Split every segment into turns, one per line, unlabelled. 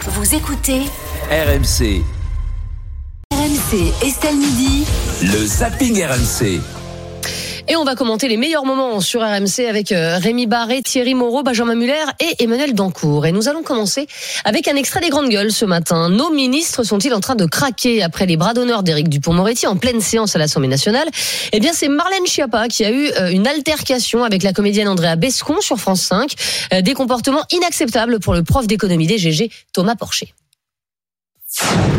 Vous écoutez
RMC,
RMC Estelle Midi.
le zapping RMC.
Et on va commenter les meilleurs moments sur RMC avec euh, Rémi Barré, Thierry Moreau, Benjamin Muller et Emmanuel Dancourt. Et nous allons commencer avec un extrait des Grandes Gueules ce matin. Nos ministres sont-ils en train de craquer après les bras d'honneur d'Éric Dupont-Moretti en pleine séance à l'Assemblée nationale Eh bien, c'est Marlène Schiappa qui a eu euh, une altercation avec la comédienne Andrea Bescon sur France 5. Euh, Des comportements inacceptables pour le prof d'économie des GG, Thomas Porcher.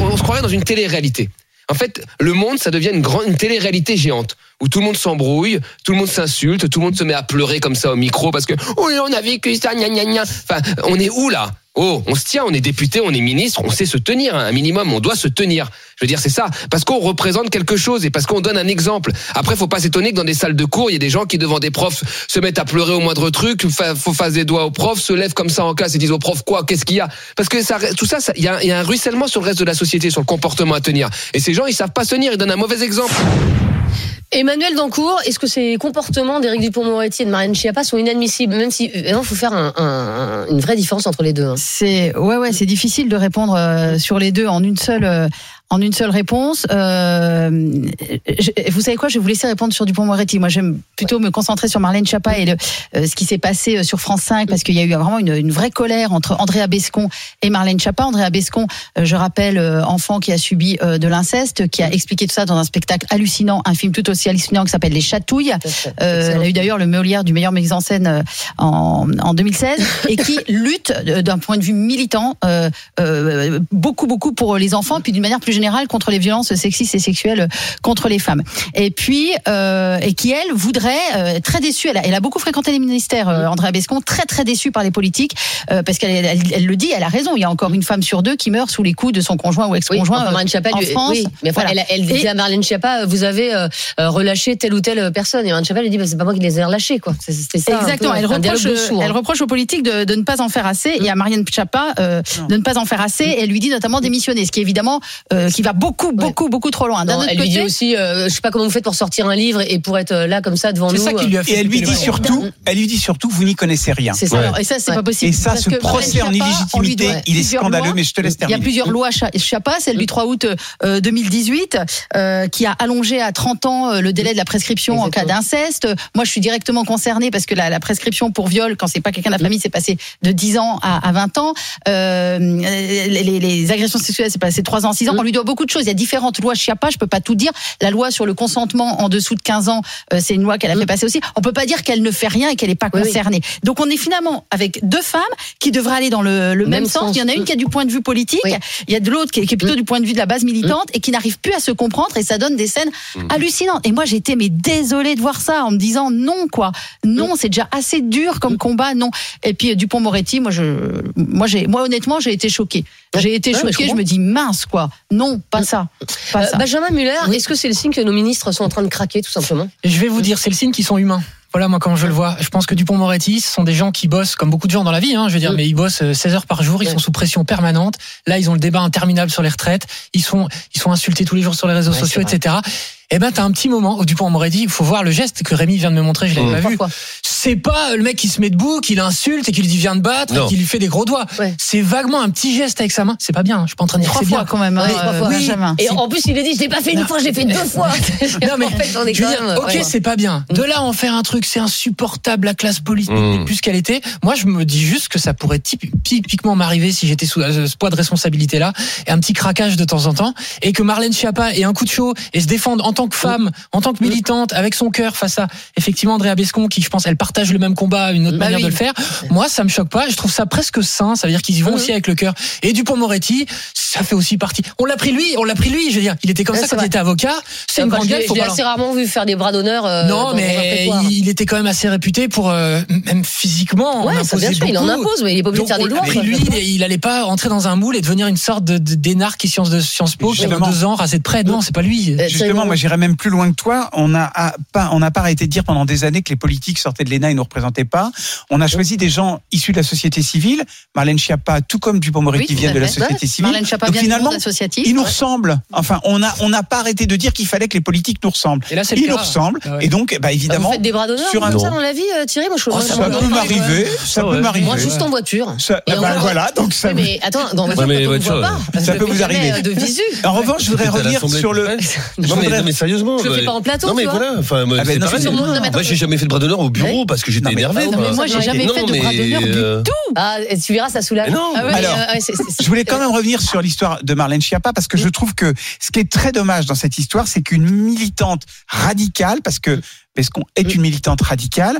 on, on se croirait dans une télé-réalité. En fait, le monde, ça devient une grande une télé-réalité géante où tout le monde s'embrouille, tout le monde s'insulte, tout le monde se met à pleurer comme ça au micro parce que oui, on a vécu ça, gna gna gna. Enfin, on est où là Oh, on se tient, on est député, on est ministre, on sait se tenir hein, un minimum, on doit se tenir. Je veux dire, c'est ça, parce qu'on représente quelque chose et parce qu'on donne un exemple. Après, faut pas s'étonner que dans des salles de cours, il y a des gens qui devant des profs se mettent à pleurer au moindre truc, fa- faut face des doigts aux profs, se lèvent comme ça en classe et disent au prof quoi, qu'est-ce qu'il y a Parce que ça, tout ça, ça- il y, a- il y a un ruissellement sur le reste de la société, sur le comportement à tenir. Et ces gens, ils savent pas se tenir, ils donnent un mauvais exemple.
Emmanuel Dancourt, est-ce que ces comportements d'Éric Dupond-Moretti et de Marianne Schiappa sont inadmissibles Même si, il faut faire un- un- un- une vraie différence entre les deux. hein.
C'est ouais ouais, c'est difficile de répondre euh, sur les deux en une seule euh, en une seule réponse. Euh, je- vous savez quoi Je vais vous laisser répondre sur Dupont Moretti. Moi, j'aime plutôt me concentrer sur Marlène Schiappa et le, euh, ce qui s'est passé euh, sur France 5 parce qu'il y a eu vraiment une, une vraie colère entre Andrea Bescon et Marlène Schiappa. Andrea Bescon, euh, je rappelle, euh, enfant qui a subi euh, de l'inceste, qui a expliqué tout ça dans un spectacle hallucinant, un film tout aussi hallucinant qui s'appelle Les Chatouilles. Euh, elle a eu d'ailleurs le Molière du meilleur mise en scène euh, en, en 2016 et qui lutte euh, d'un point de vue militant euh, euh, beaucoup beaucoup pour les enfants puis d'une manière plus générale contre les violences sexistes et sexuelles contre les femmes et puis euh, et qui elle voudrait euh, très déçue elle a, elle a beaucoup fréquenté les ministères euh, Andrea Bescon très très déçue par les politiques euh, parce qu'elle elle- elle le dit elle a raison il y a encore une femme sur deux qui meurt sous les coups de son conjoint ou
Oui,
ex-conjoint euh,
enfin, Marlène Schiappa,
en
lui-
France,
oui, mais enfin,
voilà.
elle, elle dit
Et-
à Marlène Schiappa, euh, vous avez euh, euh, relâché telle ou telle personne. Et Marlène Schiappa lui dit, bah, c'est pas moi qui les ai relâchés. Quoi. C'est- C'était ça. un peu,
Exactement. Elle
un
reproche, euh,
dialogue de sourds, hein. Mm.
elle reproche aux politiques de, de ne pas en faire assez et à Marianne Chapa euh, de ne pas en faire assez. Et elle lui dit notamment démissionner, ce qui évidemment euh, qui va beaucoup, beaucoup, beaucoup trop loin. D'un
Non,
autre
elle lui dit
côté,
aussi, euh, je sais pas comment vous faites pour sortir un livre et pour être euh, là comme ça devant nous.
C'est ça qui lui a fait
Et elle lui
péter
dit
le ballon.
surtout, elle lui dit surtout, vous n'y connaissez rien.
C'est ça.
alors, et ça Mm, c'est
hein. Ouais.
pas possible.
Et ça,
Parce
ce
que
procès en
Marianne Schiappa, on lui
illégitimité,
doit
il est
plusieurs
scandaleux,
lois.
mais je te laisse
Il y a
terminer.
plusieurs lois Cha- Chapa, celle du 3 août euh, 2018, euh, qui a allongé à 30 ans euh, le délai de la prescription en cas
Exactement.
d'inceste. Moi, je suis directement concernée parce que la, la prescription pour viol, quand c'est pas quelqu'un de la famille, c'est passé de 10 ans à, à 20 ans. Euh, les, les- les agressions sexuelles, c'est passé de 3 ans à 6 ans.
Mm.
On lui doit beaucoup de choses. Il y a différentes lois Chiappa, je peux pas tout dire. La loi sur le consentement en dessous de 15 ans, euh, c'est une loi qu'elle a fait passer aussi. On peut pas dire qu'elle ne fait rien et qu'elle n'est pas
Mm. Oui, oui.
concernée. Donc, on est finalement avec deux femmes qui devraient aller dans le, le même,
Même
sens.
sens.
Il y en a une
Mm.
qui a du point de vue politique,
Oui.
il y a de l'autre qui, est- qui est plutôt du point de vue de la base militante et qui n'arrive plus à se comprendre et ça donne des scènes hallucinantes. Et moi j'étais mais désolée de voir ça en me disant non quoi, non c'est déjà assez dur comme combat, non. Et puis Dupont Moretti, moi je, moi j'ai, moi honnêtement j'ai été choquée, j'ai été
Ouais, mais je
choquée, je,
comprends.
me dis mince quoi, non pas ça, pas
Euh,
ça.
Benjamin Muller, est-ce que c'est le signe que nos ministres sont en train de craquer, tout simplement
Je vais vous dire, c'est le signe qu'ils sont humains. Voilà, moi, comment je le vois. Je pense que Dupont-Moretti, ce sont des gens qui bossent, comme beaucoup de gens dans la vie, hein, je veux dire,
Mm.
mais ils bossent euh, 16 heures par jour, ils
Ouais.
sont sous pression permanente. Là, ils ont le débat interminable sur les retraites, ils sont, ils sont insultés tous les jours sur les réseaux
Ouais,
sociaux,
c'est
etc. Eh ben, t'as un petit moment où Dupont-Moretti, il faut voir le geste que Rémi vient de me montrer, je l'avais
Mm.
pas vu.
Pourquoi
C'est pas le mec qui se met debout, qui l'insulte et qui lui dit viens de battre,
Non.
et qui lui fait des gros doigts.
Ouais.
C'est vaguement un petit geste avec sa main. C'est pas bien, hein, je suis pas en train de dire que
Trois
c'est
fois
bien.
quand même,
Ouais,
hein,
trois fois.
euh,
Oui.
Benjamin.
Et en plus, il a dit, je l'ai pas fait une fois, je l'ai fait deux fois.
Non, mais
en fait, on est
Je veux
quand
dire,
même.
ok,
ouais.
c'est pas bien. De là à en faire un truc, c'est insupportable, la classe politique
Mm.
n'est plus qu'elle était. Moi, je me dis juste que ça pourrait typi- typiquement m'arriver si j'étais sous euh, ce poids de responsabilité-là, et un petit craquage de temps en temps, et que Marlène Schiappa ait un coup de chaud et se défende en tant que femme, en tant que militante, avec son cœur face à, effectivement, Andrea Bescon, qui, je pense, elle partage le même combat, une autre
Bah
manière
oui.
de le faire. Moi, ça me choque pas, je trouve ça presque sain, ça veut dire qu'ils y vont
Mm.
aussi avec le cœur. Et Dupont-Moretti, ça fait aussi partie. On l'a pris lui, on l'a pris lui, je veux dire. Il était comme
Ouais,
ça
c'est
quand
vrai.
il était avocat. C'est une
Enfin,
grande
je l'ai-
gueule, faut
je l'ai
pas
assez rarement vu faire des bras d'honneur. euh, dans
non,
un
mais
prétoire.
il était quand même assez réputé pour euh, même physiquement.
Ouais,
on
ça, bien
imposait
sûr, il en
beaucoup.
impose, mais il est pas obligé de
Donc,
faire des
on l'a
lois.
pris,
quoi.
lui, il- il allait pas entrer dans un moule et devenir une sorte de- de- d'énarque qui science de Sciences Po qui, dans
Justement.
deux ans, rasé de près. Non, c'est pas lui.
Euh, Thierry
Justement,
Moreau.
moi j'ai j'irai même plus loin que toi. On n'a a- ah, pas, on n'a pas arrêté de dire pendant des années que les politiques sortaient de l'ENA et nous représentaient pas. On a choisi des gens issus de la société civile. Marlène Schiappa, tout comme Dupond-Moretti,
tout
viennent
à
de la
fait.
société civile.
Marlène Chapa
Donc,
vient du
finalement,
monde associatif.
Ils nous ressemblent. Enfin, on a, on n'a pas arrêté de dire qu'il fallait que les politiques nous ressemblent.
Et là, c'est le
Ils nous
cas.
ressemblent.
Ah ouais.
Et donc, bah,
Vous
évidemment,
faites des bras d'honneur
sur un-
comme ça
Non.
dans la vie, euh, Thierry Moi, je
oh,
moi,
ça
je-
peut m'arriver. Ça peut
ouais.
m'arriver.
Moi, juste en voiture.
ah,
Ça-
bah,
Et
ben
encore-
voilà, donc ça
Oui,
vous-
mais attends, dans
Ouais, mais
voiture, quand on ne voit
voiture,
pas.
ça
je
peut
fais
vous
jamais,
arriver.
euh, De visu.
En revanche, je voudrais
T'es à
revenir
l'Assemblée
sur le.
nationale.
je
Non mais,
voudrais-
non, mais sérieusement.
Je le fais
bah,
pas en plateau,
Non mais
tu vois.
voilà. Enfin, moi,
Ah, ben
c'est
non,
pareil.
c'est
sur moi. Non, mais attends,
Moi j'ai jamais fait de bras d'honneur au bureau parce que j'étais
Non, mais-
énervé.
Non,
quoi.
mais moi, j'ai jamais
Non,
fait de bras
mais,
d'honneur du
euh,
Ah, et tu verras, ça soulage.
Mais non.
Ah ouais,
Alors,
euh, ouais, c'est- c'est- c'est-
Je voulais quand même revenir sur l'histoire de Marlène Schiappa parce que je trouve que ce qui est très dommage dans cette histoire, c'est qu'une militante radicale, parce que Pescon est une militante radicale,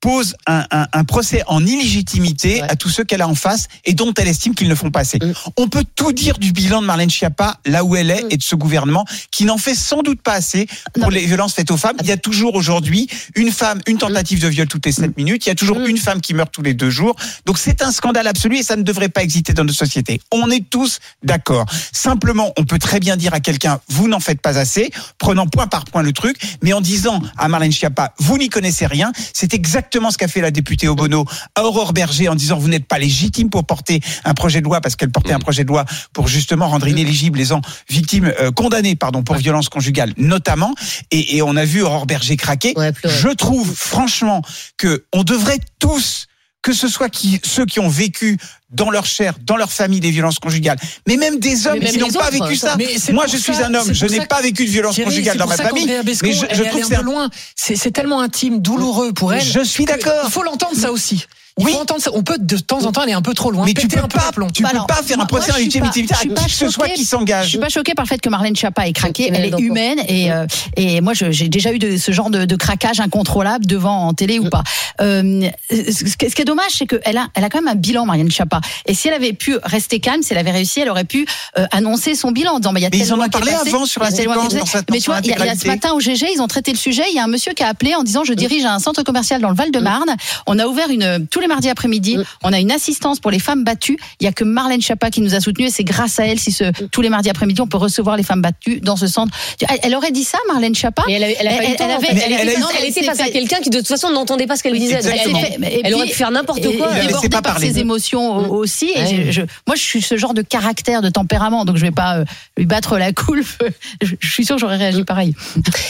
pose un, un- un procès en illégitimité
Ouais.
à tous ceux qu'elle a en face et dont elle estime qu'ils ne font pas assez.
Mm.
On peut tout dire du bilan de Marlène Schiappa, là où elle est,
Mm.
et de ce gouvernement qui n'en fait sans doute pas assez pour
Non,
les violences faites aux femmes. Il y a toujours aujourd'hui une femme, une tentative de viol toutes les 7 minutes. Il y a toujours
Mm.
une femme qui meurt tous les deux jours. Donc c'est un scandale absolu et ça ne devrait pas exister dans notre société. On est tous d'accord. Simplement, on peut très bien dire à quelqu'un, vous n'en faites pas assez, prenant point par point le truc, mais en disant à Marlène Schiappa, vous n'y connaissez rien. C'est exactement ce qu'a fait la députée Obono à Aurore Berger en disant, vous n'êtes pas légitime pour porter un projet de loi parce qu'elle portait un projet de loi pour justement rendre inéligibles les gens victimes, euh, condamnés, pardon, pour violence conjugale notamment. Et, et on a vu Aurore Berger craquer.
Ouais, pleurer.
Je trouve franchement que on devrait tous que ce soit qui, ceux qui ont vécu dans leur chair, dans leur famille des violences conjugales, mais même des hommes
même
qui n'ont
les
pas
autres,
vécu
ça.
ça.
Mais c'est
Moi,
pour
je suis
ça-
un homme,
c'est
je
pour
n'ai
ça
pas vécu de violence
Thierry,
conjugale
c'est
dans
pour
ma
ça
famille.
qu'Andrea Bescon,
mais je-
elle
je
est
trouve
allée
que
un
c'est
peu
un-
loin. C'est c'est tellement intime, douloureux pour elle.
Je suis d'accord.
Il faut l'entendre ça aussi. Il
Oui.
faut entendre ça. On peut de temps en temps aller un peu trop loin.
Mais tu
péter
peux
un peu
pas,
un plomb.
tu
Bah
peux
alors,
pas faire
moi-
un procès
moi,
en
je suis pas-
légitimité
je suis
à
pas
qui que ce soit
choquée.
qui
Je
s'engage.
suis pas choquée par le fait que Marlène Schiappa ait craqué.
Mais
Elle est
donc,
humaine
Mm.
et euh, et moi je- j'ai déjà eu de, ce genre de, de craquage incontrôlable devant en télé
Mm.
ou pas. Euh, ce, ce qui ce qui est dommage, c'est qu'elle a elle a quand même un bilan Marlène Schiappa. Et si elle avait pu rester calme, si elle avait réussi, elle aurait pu euh, annoncer son bilan en disant bah, il y a
Mais
telle
ils en
loi
ont
qui est
parlé
passée,
avant sur
il y
la
a telle loi qui est
séquence.
passée.
dans sa-
Mais tu
dans
vois, il y, a- il y a ce
l'intégralité.
matin au GG, ils ont traité le sujet. Il y a un monsieur qui a appelé en disant je dirige un centre commercial dans le Val-de-Marne. On a ouvert une tous les mardis après-midi. On a une assistance pour les femmes battues. Il y a que Marlène Chapa qui nous a soutenus et c'est grâce à elle si ce, tous les mardis après-midi on peut recevoir les femmes battues dans ce centre. Tu- Elle, elle aurait dit ça, Marlène Chapa
Mais elle, a- elle a pas eu
Elle-
le temps,
elle
en fait.
avait-
Elle,
elle
était
a eu-
face- elle
elle
était
s'est
face à
fait-
quelqu'un qui, de toute façon, n'entendait pas ce qu'elle disait.
elle
Elle,
s'est
Exactement.
fait- et
elle
puis-
aurait pu faire n'importe
et-
quoi.
et
la
et-
laissez
débordée
pas
par
parler.
ses émotions au- aussi. Et
Ouais.
je- je- moi, je suis ce genre de caractère, de tempérament, donc je vais pas euh, lui battre la coulpe. Je, je suis sûre que j'aurais réagi pareil.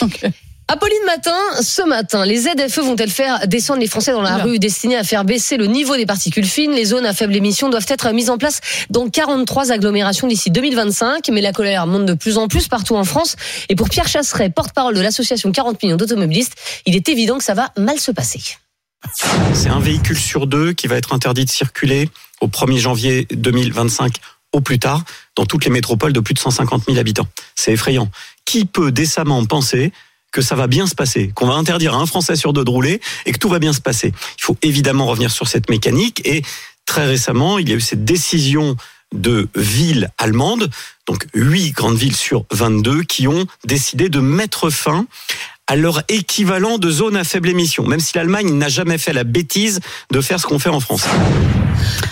Donc, euh,
Apolline Matin, ce matin, les ZFE vont-elles faire descendre les Français dans la
Oula.
rue destinées à faire baisser le niveau des particules fines Les zones à faible émission doivent être mises en place dans 43 agglomérations d'ici 2025, mais la colère monte de plus en plus partout en France. Et pour Pierre Chasseret, porte-parole de l'association 40 millions d'automobilistes, il est évident que ça va mal se passer.
C'est un véhicule sur deux qui va être interdit de circuler au 1er janvier 2025 au plus tard dans toutes les métropoles de plus de 150 000 habitants. C'est effrayant. Qui peut décemment penser que ça va bien se passer, qu'on va interdire à un Français sur deux de rouler et que tout va bien se passer Il faut évidemment revenir sur cette mécanique et très récemment, il y a eu cette décision de villes allemandes, donc huit grandes villes sur 22 qui ont décidé de mettre fin à leur équivalent de zone à faible émission, même si l'Allemagne n'a jamais fait la bêtise de faire ce qu'on fait en France.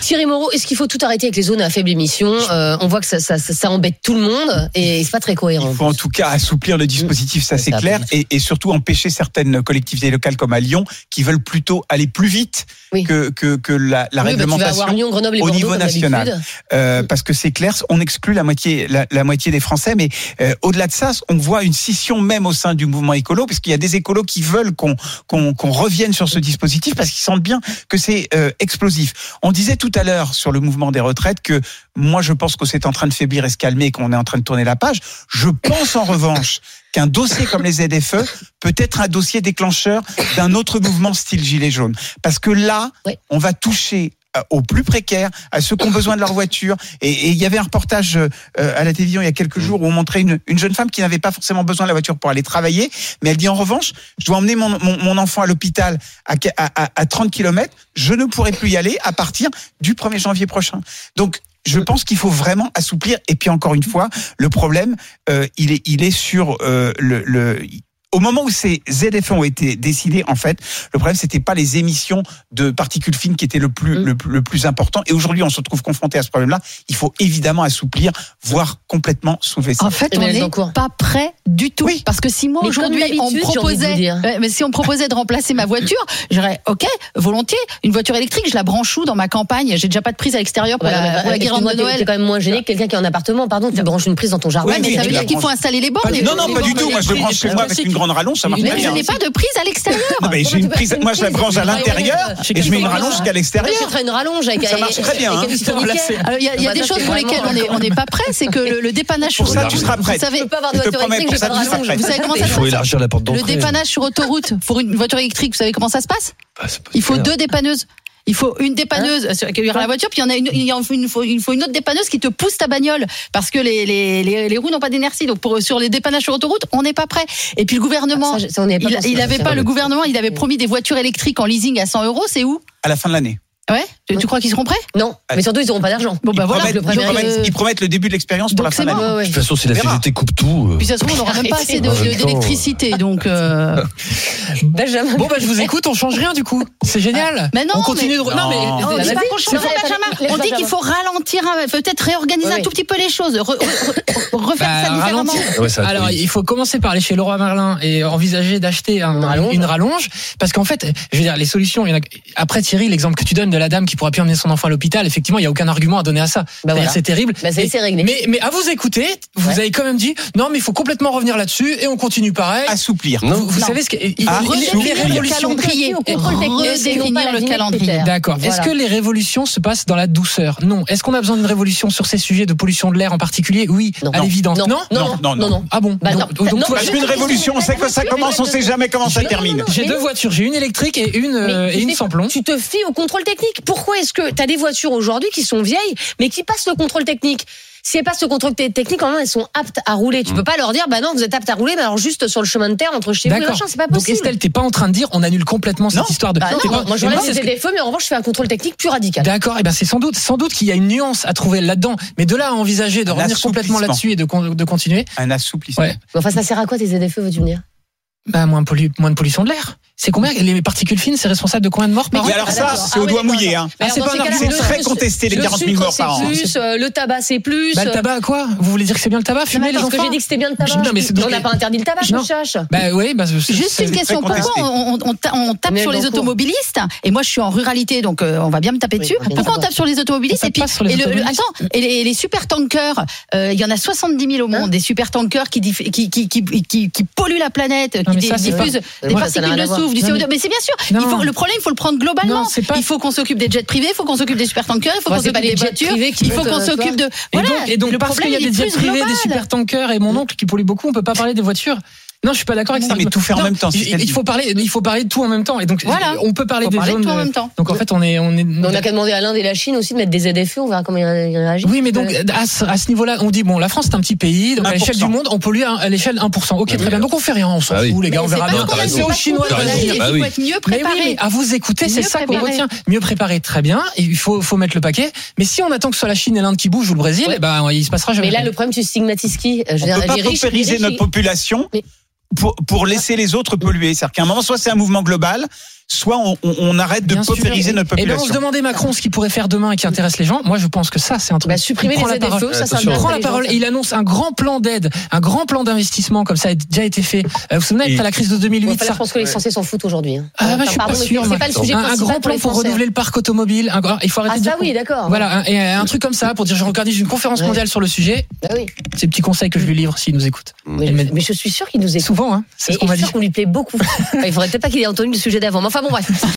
Thierry Moreau, est-ce qu'il faut tout arrêter avec les zones à faible émission Euh, On voit que ça, ça- ça- ça embête tout le monde et c'est pas très cohérent.
Il faut en tout cas assouplir le dispositif, ça
Ça,
c'est
ça
clair,
abuse.
et, et surtout empêcher certaines collectivités locales comme à Lyon qui veulent plutôt aller plus vite
Oui.
que, que, que la, la
Oui, bah, tu vas
réglementation.
avoir Lyon, Grenoble et
au
Bordeaux
niveau
comme
national.
d'habitude.
Euh, parce que c'est clair, on exclut la moitié, la, la moitié des Français, mais euh, au-delà de ça, on voit une scission même au sein du mouvement écolo, parce qu'il y a des écolos qui veulent qu'on qu'on qu'on revienne sur ce dispositif, parce qu'ils sentent bien que c'est euh, explosif. On disait tout à l'heure sur le mouvement des retraites que moi, je pense que c'est en train de faiblir et se calmer, et qu'on est en train de tourner la page. Je pense en revanche qu'un dossier comme les ZFE peut être un dossier déclencheur d'un autre mouvement style gilet jaune, parce que là,
Ouais.
on va toucher euh, aux plus précaires, à ceux qui ont besoin de leur voiture. Et et il y avait un reportage euh, euh, à la télévision il y a quelques jours où on montrait une, une jeune femme qui n'avait pas forcément besoin de la voiture pour aller travailler, mais elle dit en revanche, je dois emmener mon, mon, mon enfant à l'hôpital à, ca- à, à- à 30 km, je ne pourrai plus y aller à partir du 1er janvier prochain. Donc, je pense qu'il faut vraiment assouplir. Et puis encore une fois, le problème, euh, il est, il est sur euh, le, le- Au moment où ces ZFE ont été décidés, en fait, le problème c'était pas les émissions de particules fines qui étaient le plus
Mm.
le, plus- le plus important. Et aujourd'hui, on se retrouve confronté à ce problème-là. Il faut évidemment assouplir, voire complètement soulever ça.
En fait,
Et
on
Maëlle
n'est
Dancourt.
pas prêt du tout.
Oui.
Parce que si moi
Mais
aujourd'hui
comme
on
d'habitude,
me
j'ai envie de vous
proposait,
dire.
Ouais, mais si on me proposait de remplacer ma voiture, j'aurais ok, volontiers, une voiture électrique, je la branche où dans ma campagne J'ai déjà pas de prise à l'extérieur pour,
Ouais,
la, pour la guirlande de Noël.
C'est quand même moins gêné que quelqu'un qui a un appartement. Pardon, tu branches une prise dans ton jardin.
Ouais, mais
Oui,
ça
tu
veut
la
dire qu'il faut
branches.
installer les bornes.
Pas-
et-
non, non,
les
pas du
bornes
tout. Moi, je le branche chez moi avec une grande rallonge, ça marche
Mais
très
je
bien.
n'ai pas de prise à l'extérieur.
Non, mais j'ai une prise, moi, je la branche à l'intérieur et je mets une rallonge qu'à
Tu
l'extérieur.
ferais une rallonge avec
Ça marche très bien,
avec
hein.
un historique.
Voilà, c'est-
Alors, il y a, il y a
Bah,
des
ça,
choses
c'est
pour lesquelles on
vraiment-
est- on n'est pas prêt, c'est que le, le dépannage
Pour
sur
ça, tu
autoroute,
seras prête.
Vous savez,
Je peux pas avoir de
Je te
voiture
promets,
électrique, j'ai
pour ça,
pas de
tu seras
rallonge.
prête.
Vous savez comment
Il
ça se
faut
passe
élargir la porte
Le
d'entrée.
dépannage sur autoroute pour une voiture électrique, vous savez comment ça se passe
Bah, c'est pas
Il faut
clair.
deux dépanneuses. Il faut une dépanneuse sur- qui aura la voiture, puis il y en a une, il y en faut une- faut- il faut une autre dépanneuse qui te pousse ta bagnole parce que les, les, les, les roues n'ont pas d'inertie. Donc pour, sur les dépannages sur autoroute, on n'est pas prêt. Et puis le gouvernement,
Ah, ça, je- ça, on n'y avait pas
il,
pensé,
il avait
ça.
pas le gouvernement, il avait promis des voitures électriques en leasing à 100 euros. C'est où
À la fin de l'année.
Ouais. Tu, tu crois qu'ils seront prêts
Non, mais surtout, ils n'auront pas d'argent.
Bon bah
Ils
voilà.
promettent-
le
ils
premier-
promettent- Ils promettent le début de l'expérience pour
Donc,
la fin
c'est
de l'année.
mort.
Ouais,
De
ouais.
toute façon, si la
On verra.
CGT coupe tout. euh,
Puis ça se trouve, on n'aura même pas assez de- de- d'électricité. Donc euh,
Benjamin.
Bon, bah, je vous écoute, on change rien du coup. C'est génial.
Mais non,
on
mais-
continue de. Non, mais.
Non,
Vas-y,
on dit pas
vas-y,
qu'on change,
vas-y,
Benjamin.
vas-y,
On dit
Benjamin.
qu'il faut ralentir, un- peut-être réorganiser
Oui,
un
oui.
tout petit peu les choses, re- re- re- refaire
Bah,
ça différemment.
ralentir.
ouais, ça va être-
Alors,
oui.
il faut commencer par aller chez Leroy Merlin et envisager d'acheter un-
Une rallonge.
une rallonge. Parce qu'en fait, je veux dire, les solutions, il y en a- après Thierry, l'exemple que tu donnes de la dame qui pourra plus emmener son enfant à l'hôpital, effectivement, il n'y a aucun argument à donner à ça.
Bah,
C'est-à-dire,
voilà.
C'est terrible.
Bah, c'est-
Et-
c'est réglé.
Mais, mais à vous écouter, vous
Ouais.
avez quand même dit, non, mais il faut complètement revenir là-dessus et on continue pareil.
Assouplir.
vous vous
Non.
savez ce que, il-
Ah,
il-
oui,
les
oui,
le
révolutions-
calendrier,
Au contrôle technique, sinon pas la
redéfinir le
ligne
calendrier.
budgétaire.
D'accord.
Voilà.
Est-ce que les révolutions se passent dans la douceur Non. Est-ce qu'on a besoin d'une révolution sur ces sujets de pollution de l'air en particulier Oui,
Non.
à l'évidence.
Non, non, non, non, non.
Ah bon
Bah,
Donc-
non.
donc
Non,
toi,
Parce qu'une révolution, on sait que ça commence, on sait jamais comment ça
Non,
termine.
J'ai
Mais
deux
non.
voitures, j'ai une électrique et une,
Mais
euh,
tu
et une
sais-
sans plomb.
Tu te fies au contrôle technique. Pourquoi est-ce que tu as des voitures aujourd'hui qui sont vieilles, mais qui passent le contrôle technique si elles passent le contrôle te- technique, en elles sont aptes à rouler. Tu
Mm.
peux pas leur dire, bah non, vous êtes aptes à rouler, mais alors juste sur le chemin de terre entre chez vous et
D'accord.
machin, c'est pas
Donc
possible.
Estelle, t'es pas en train de dire on annule complètement
Non.
cette histoire de.
Bah
T'es
non,
pas-
moi je
Et moi,
reste
c'est
des
ce que-
DFE, mais en revanche, je fais un contrôle technique plus radical.
D'accord, et ben c'est sans doute, sans doute qu'il y a une nuance à trouver là-dedans, mais de là à envisager de
Un
revenir complètement
assouplissement.
là-dessus et de, con- de continuer,
Un assouplissement.
Ouais.
Mais Enfin, ça sert à quoi tes ZFE, veux-tu me dire
bah moins, pollu- moins de pollution de l'air. C'est combien les particules fines, c'est responsable de combien de morts par an
Mais alors ça, c'est au doigt mouillé. Hein.
Ah, c'est
Alors, Bah,
pas
dans
un
ces
argument.
cas-là,
C'est très
le-
contesté, les
le
40 000
sucre,
morts par
c'est
an.
plus, euh, le tabac, c'est plus.
Bah, le tabac, à quoi Vous voulez dire que c'est bien le tabac
Non, mais
Fumer les
attends, parce que
enfants
j'ai dit que c'était bien le tabac.
Non, mais c'est-
on n'a pas interdit le tabac,
Non.
je cherche.
Bah oui, bah, c'est-
Juste
c'est-
une question,
très
pourquoi on, on ta- on tape
Mais
sur les
Dancourt.
automobilistes Et moi, je suis en ruralité, donc euh, on va bien me taper
Oui,
dessus.
on va bien
Pourquoi on
savoir.
tape sur les automobilistes
On
Et puis,
tape pas sur
et
les
le- le-
automobilistes.
attends, et les, les super tankers, euh, il y en a 70
Hein
000 au monde, des super tankers qui, diff- qui, qui, qui, qui- qui polluent la planète,
mais
qui di-
ça, c'est
diffusent
pas-
des
Moi, ça, ça n'a
particules
rien
de
à voir.
soufre, du
Non,
CO2. Mais c'est bien sûr,
Non.
il faut, le problème, il faut le prendre globalement.
Non, c'est pas-
Il faut qu'on s'occupe des jets privés, il faut qu'on s'occupe des super tankers, il faut
Bon,
qu'on
c'est pas
s'occupe
les
des
jets
voitures,
privés qui
il faut
montent,
qu'on
euh,
s'occupe de.
Et
Voilà,
donc, et donc
le
parce qu'il y a
problème,
des
il est
jets
plus
privés, des
global.
super tankers et mon oncle qui pollue beaucoup, on peut pas parler des voitures. Non, je suis pas d'accord avec
Non,
ça.
mais tout faire en
Non,
même temps, c'est ce
Il,
qu'elle
il
dit.
faut parler, il faut parler de tout en même temps. Et donc,
Voilà.
on peut parler
Faut
des euh,
parler de
zones.
tout en même temps.
Donc en fait, on est, on est.
Mais On n'a qu'à demander à l'Inde et la Chine aussi de mettre des ZFE, E, on verra comment ils ré- ils réagissent. Euh,
Oui, mais donc à ce, à ce niveau-là, on dit bon, la France c'est un petit pays, donc à l'échelle
1%.
du monde, on pollue à à l'échelle 1%. Ok, très bien. Donc on fait rien, on s'en
Ah
fout,
oui.
les gars, on
Mais c'est
verra
pas
bien.
qu'on
raison.
C'est aux Chinois de
T'as raison.
réagir.
Bah
Il
oui.
faut être mieux
Mais oui,
préparé.
mais à vous écouter, c'est
Mieux
ça qu'on
préparé.
retient. Mieux préparé, très bien. et Il faut, faut mettre le paquet. Mais si on attend que ce soit la Chine et l'Inde qui bougent ou le Brésil,
Ouais.
eh ben, il se passera jamais.
Mais là, le problème, tu stigmatises qui Euh, je veux
On
dire,
peut pas
les riches, les
paupériser
riches,
notre
ils-
population
Mais-
pour, pour laisser les autres polluer. C'est-à-dire qu'à un moment, soit c'est un mouvement global, soit on, on- on arrête de
Bien sûr.
paupériser notre
Et là, on se
population.
demandait Macron ce qu'il pourrait faire demain et qui intéresse les gens. Moi, je pense que ça, c'est un truc.
Bah, supprimer
Il prend
les
la parole.
ZFE, ça, ça
Attention.
Il
intéresse
prend
les
la
gens,
parole
ça.
et il annonce un grand plan d'aide, un grand plan d'investissement comme ça a déjà été fait. Euh, Vous vous souvenez, après la crise de
Bon,
2008,
enfin, là,
ça
je pense que les Français s'en foutent aujourd'hui. hein.
Ah, bah,
Enfin,
je suis
pardon,
pas
mais
sûr.
C'est pas le sujet
un, un
principal
grand
pour
plan
les
pour
Français.
renouveler le parc automobile. un grand- il faut
Ah,
arrêter
ça
de.
oui, d'accord.
Voilà, un- et un truc comme ça pour dire je organise une conférence
Ouais.
mondiale sur le sujet.
Bah oui.
Ces petits conseils que je lui livre s'il nous écoute.
Mais, je, mais je suis sûr qu'il nous
Et
écoute.
souvent, hein, c'est
Et
ce qu'on
je
m'a
suis
dit.
sûr qu'on lui plaît beaucoup. Enfin, il faudrait peut-être pas qu'il ait entendu le sujet d'avant. Mais enfin, bon, bref.